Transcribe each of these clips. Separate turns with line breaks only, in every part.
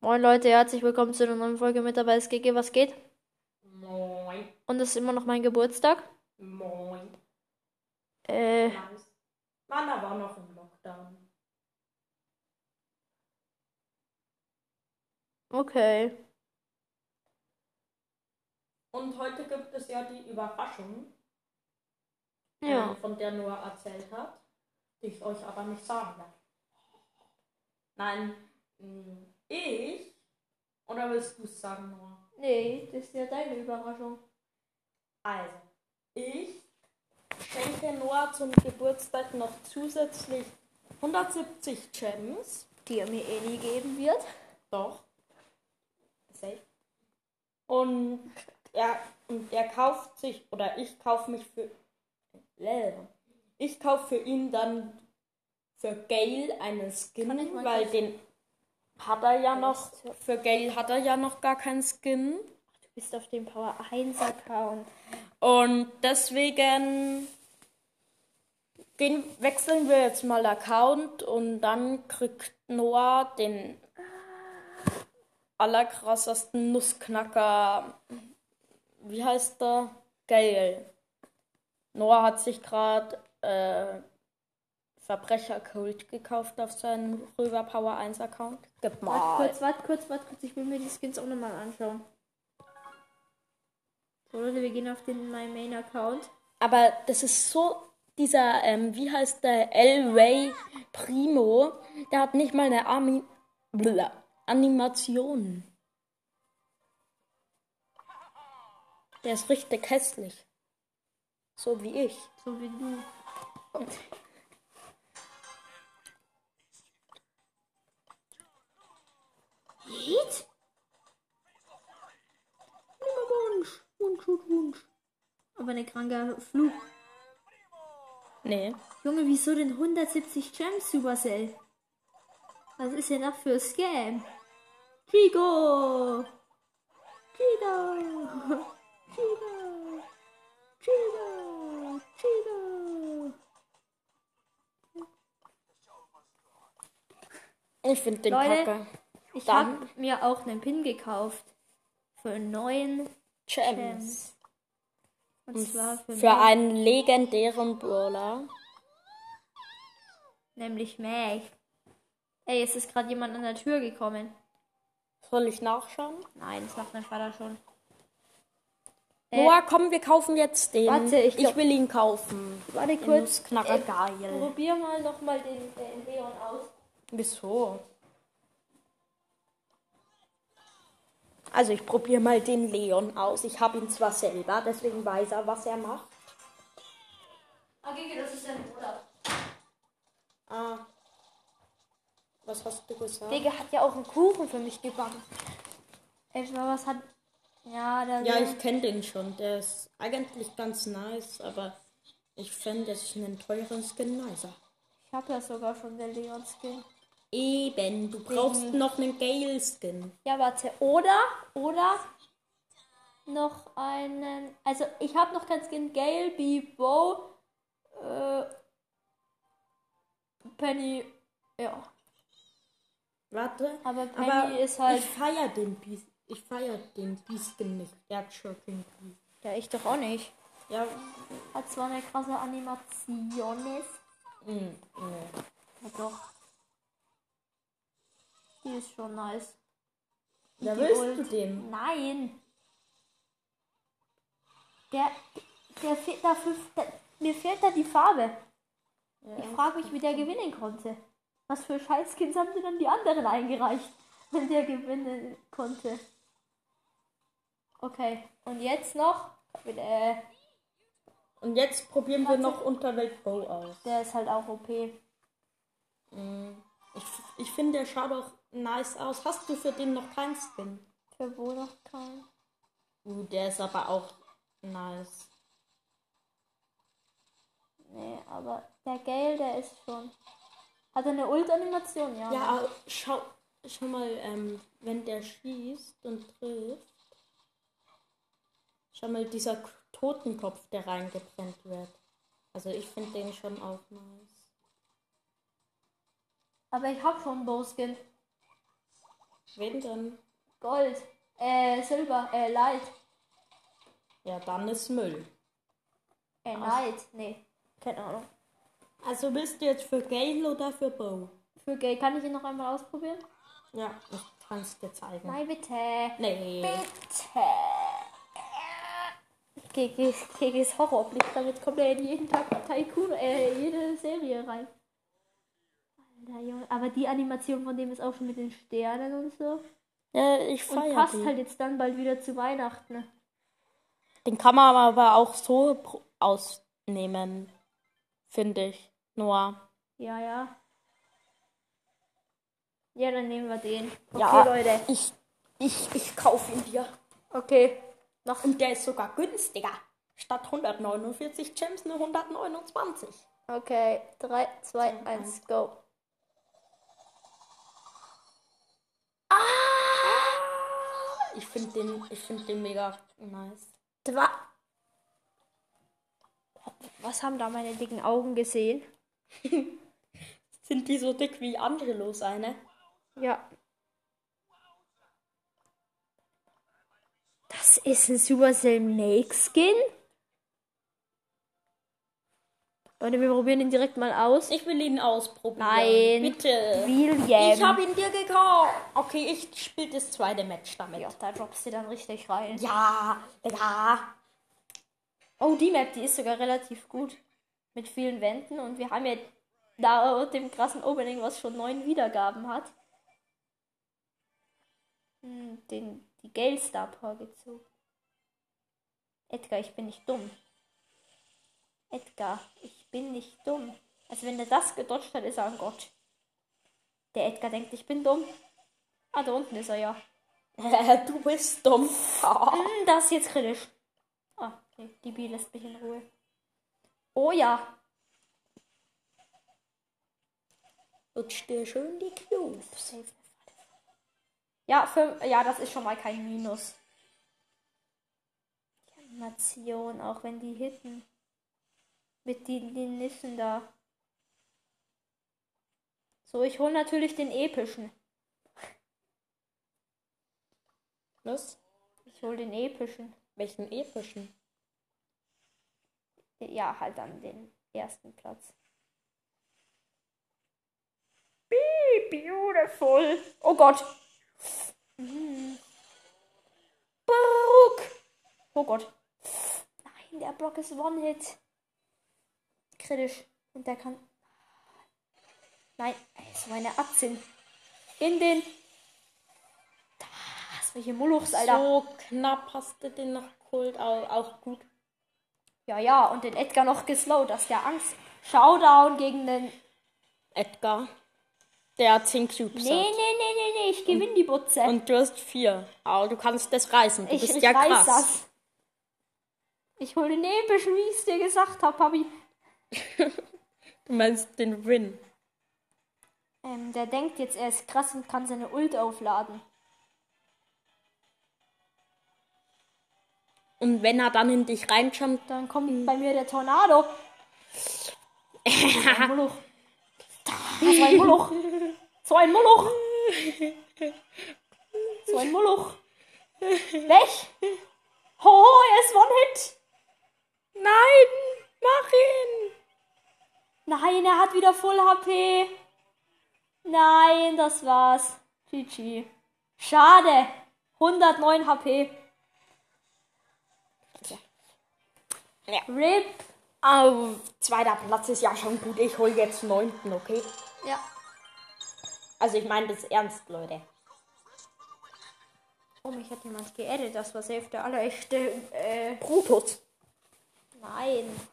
Moin Leute, herzlich willkommen zu einer neuen Folge mit dabei ist GG, was geht?
Moin.
Und es ist immer noch mein Geburtstag.
Moin.
Äh,
Nice. Mana war noch im Lockdown.
okay.
Und heute gibt es ja die Überraschung,
Ja.
ähm, von der Noah erzählt hat, die ich euch aber nicht sagen darf. Nein, mh, ich? Oder willst du es sagen, Noah?
Nee, das ist ja deine Überraschung.
Also, ich schenke Noah zum Geburtstag noch zusätzlich 170 Gems.
Die er mir eh nie geben wird.
Doch. Safe. Und er, und er kauft sich, oder ich kaufe mich für. Läh. Ich kaufe für ihn dann für Gale einen Skin,
Kann ich mal
weil
kurz-
den hat er ja noch.
Ist ja-
Für Gale hat er ja noch gar keinen Skin.
Du bist auf dem Power 1 Account.
Und deswegen gehen, wechseln wir jetzt mal Account und dann kriegt Noah den allerkrassesten Nussknacker. Wie heißt der? Gail. Noah hat sich gerade äh, Verbrecher Cold gekauft auf seinem Röver Power 1 Account. Gib
Warte
mal.
kurz, warte kurz, warte kurz. Ich will mir die Skins auch nochmal anschauen. So Leute, wir gehen auf den My Main Account.
Aber das ist so, dieser, ähm, wie heißt der, Elway Primo, der hat nicht mal eine Ami Blah. Animation. Der ist richtig hässlich. So wie ich.
So wie du. Hit? Lieber Wunsch. Wunsch und Wunsch. Aber eine kranke Flug.
Nee.
Junge, wieso denn 170 Gems, Supercell? Was ist denn das für ein Scam? Chico! Chico! Chico! Chico! Chico!
Ich finde den
Leute,
Kacke.
Ich
Dann-
habe mir auch einen Pin gekauft. Für neun.
Gems.
Und zwar für,
Für
mich,
einen legendären Brawler.
nämlich Meg. Ey, es ist gerade jemand an der Tür gekommen.
Soll ich nachschauen?
Nein, das macht mein Vater schon. Äh,
Noah, komm, wir kaufen jetzt den.
Warte, ich glaub-
ich will ihn kaufen.
Warte
Den
kurz. Äh,
Nussknacker geil.
Probier mal nochmal den, den Leon aus.
Wieso? Also ich probiere mal den Leon aus. Ich habe ihn zwar selber, deswegen weiß er, was er macht.
Ah, Gigi, das ist dein Bruder.
Ah. Was hast du gesagt?
Oh. Digga hat ja auch einen Kuchen für mich gebacken. Ey, schau mal, was hat. Ja, da.
Ja, ich kenne den schon. Der ist eigentlich ganz nice, aber ich fände es einen teuren Skin nicer.
ich hab ja sogar schon den Leon-Skin.
Eben, du brauchst noch einen Gale-Skin.
Ja, warte. Oder, oder noch einen. Also, ich habe noch keinen Skin. Gale, Bebo, äh, Penny. Ja,
Warte.
aber Penny ist halt.
Ich feier den Beast. Ich feier den Beast-Skin nicht. Der hat schon den Beast.
ja, ich doch auch nicht.
Ja,
Hat zwar eine krasse Animation.
Mm, nee.
Ja, doch. Die ist schon nice.
Da
Die
willst
Ult.
du den.
Nein. Der, der fehlt dafür, der, mir fehlt da die Farbe. Ich frage mich, wie der gewinnen konnte. Was für Scheißskins haben sie dann die anderen eingereicht, wenn der gewinnen konnte? Okay, und jetzt noch? Mit, äh,
Und jetzt probieren wir
Warte.
noch Unterwelt Bow aus.
der ist halt auch OP.
Mm. Ich, ich finde, der schaut auch nice aus. Hast du für den noch keinen Skin?
Für wo noch kein?
Uh, der ist aber auch nice.
Nee, aber der Gale, der ist schon. Hat er eine Ult-Animation, ja. ne.
Ja, aber schau, schau mal, ähm, wenn der schießt und trifft. Schau mal, dieser K- Totenkopf, der reingebrennt wird. Also ich finde den schon auch nice.
Aber ich hab schon einen Bowskin.
Wen denn?
Gold, äh, Silber, äh, Light.
Ja, dann ist Müll.
Äh, Light, nee. Keine Ahnung.
Also bist du jetzt für Gale oder für Bo?
Für Gay, kann ich ihn noch einmal ausprobieren?
Ja, ich kann es dir zeigen.
Nein, bitte.
Nee.
Bitte. GG's Horrorblick, damit kommt er in jeden Tag Tycoon, äh, jede Serie rein. Alter Junge, aber die Animation von dem ist auch schon mit den Sternen und so.
Ja, ich
Und
feiere
passt
den.
halt jetzt dann bald wieder zu Weihnachten.
Den kann man aber auch so pro- ausnehmen, finde ich. Noah.
Ja, ja. Ja, dann nehmen wir den. Okay,
Ja.
Leute.
Ich, ich, ich kaufe ihn dir.
Okay.
Noch und der ist sogar günstiger. Statt 149 Gems nur 129.
Okay, 3, 2, 1, go.
Ich finde den, ich find den mega nice.
Zwei. Was haben da meine dicken Augen gesehen?
Sind die so dick wie andere los eine?
Ja. Das ist ein Supercell Make Skin? Leute, wir probieren ihn direkt mal aus.
Ich will ihn ausprobieren.
Nein.
Bitte. Ich
William.
habe ihn dir gekauft. Okay, ich spiele das zweite Match damit. Ah,
Ja, da droppst du dann richtig rein.
Ja, ja.
Oh, die Map, die ist sogar relativ gut. Mit vielen Wänden und wir haben ja da dem krassen Opening, was schon neun Wiedergaben hat, hm, den, die Gale Star Power gezogen. Edgar, ich bin nicht dumm. Edgar, ich bin nicht dumm. Also wenn er das gedodged hat, ist er ein Gott. Der Edgar denkt, ich bin dumm. Ah, da unten ist er ja.
du bist dumm. Oh.
Hm, Das ist jetzt kritisch. Ah, okay. Die Bi lässt mich in Ruhe. Oh ja.
Lutsch dir schön die Cubes.
Ja, für, ja, das ist schon mal kein Minus. Die Animation, auch wenn die hitten. Mit den, den Nissen da. So, ich hole natürlich den epischen.
Was?
Ich hole den epischen.
Welchen epischen?
Ja, halt an den ersten Platz. Be beautiful. Oh Gott. Mhm. Brook. Oh Gott. Nein, der Brock ist One-Hit. Kritisch. Und der kann. Nein, ey, so meine Aktien. In den. Das, welche Molochs, Alter.
So knapp hast du den noch geholt, auch, auch gut.
Ja, ja, und den Edgar noch geslowt, dass der Angst. Showdown gegen den
Edgar. Der hat 10 Cubes.
Nee, nee, nee, nee, nee, ich gewinne die Butze.
Und du hast 4. Aber du kannst das reißen. Du
ich
bist
ich
ja
weiß
krass.
das. Ich hole den epischen, wie ich es dir gesagt habe, Papi.
Du meinst den Win.
Ähm, der denkt jetzt, er ist krass und kann seine Ult aufladen.
Und wenn er dann in dich reinjumpt,
Dann kommt bei mir der Tornado. so ein Moloch. So ein Moloch. So ein Moloch. So ein Moloch. Weg. Hoho, er ist One-Hit.
Nein! Mach ihn!
Nein, er hat wieder Full HP. Nein, das war's. GG. Schade. 109 HP.
Ja.
RIP.
Au, zweiter Platz ist ja schon gut. Ich hole jetzt neunten, okay?
Ja.
Also ich meine das ernst, Leute.
Oh, mich hat jemand geaddet. Das war safe der allerechte. Äh,
Brutus.
nein.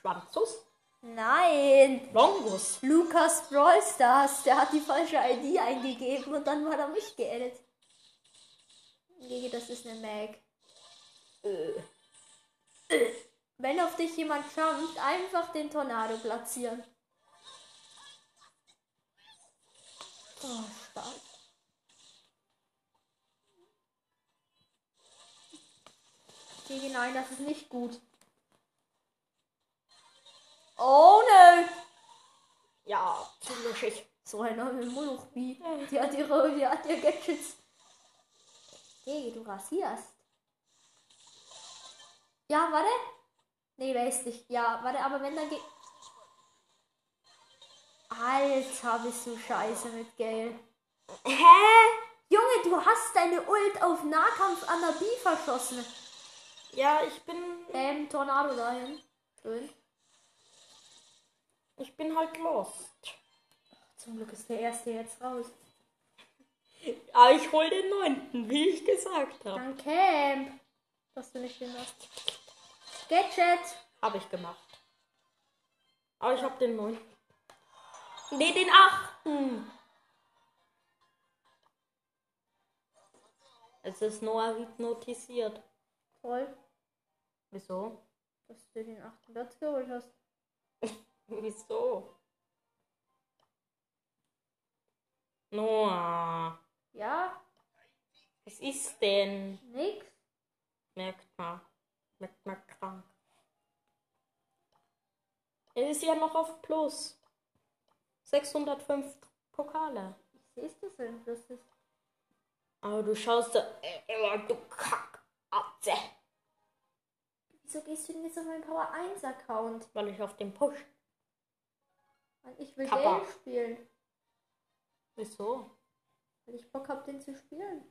Schwanzus.
Nein.
Longus.
Lukas Brawlstars. Der hat die falsche ID eingegeben und dann war er mich geaddet. Gege, das ist eine Mag.
Äh,
Wenn auf dich jemand jumpt, einfach den Tornado platzieren. Oh, stark. Gigi, nein, genau das ist nicht gut. Oh nö!
ja, zu luschig.
So eine neue Monochbi. Die hat ihre, die hat ihr Gadgets Hey, du rasierst. Ja, warte. Nee, weiß nicht. Ja, warte, aber wenn dann geht. Alter, bist du scheiße mit Gale. Hä? Junge, du hast deine Ult auf Nahkampf an der B verschossen.
Ja, ich bin.
Ähm, Tornado dahin. Schön.
Ich bin halt lost.
Zum Glück ist der erste jetzt raus.
Aber Ah, ich hol den neunten, wie ich gesagt habe.
Dann Camp. Dass du nicht gemacht. Gadget.
Habe ich gemacht. Aber ich habe den neunten. Ne, den achten. Es ist Noah hypnotisiert.
Toll,
Wieso?
dass du den achten Platz geholt hast.
Wieso? Noah,
Ja,
was ist denn?
nix.
Merkt man. Merkt man krank. Er ist ja noch auf Plus. 605 Pokale.
Ich seh's das denn plötzlich.
Aber du schaust da immer, du Kackatze.
Wieso gehst du denn jetzt auf meinen Power 1 Account?
Weil ich auf den Push.
Weil ich will
Kappa.
Game spielen.
Wieso?
Weil ich Bock hab, den zu spielen.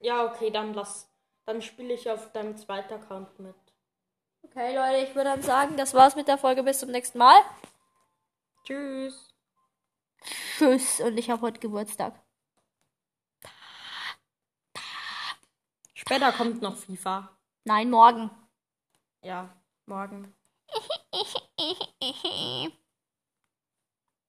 Ja, okay, dann lass. Dann spiele ich auf deinem zweiten Account mit.
Okay, Leute, ich würde dann sagen, das war's mit der Folge. Bis zum nächsten Mal.
Tschüss.
Tschüss und ich habe heute Geburtstag.
Später kommt noch FIFA.
Nein, morgen.
Ja, morgen.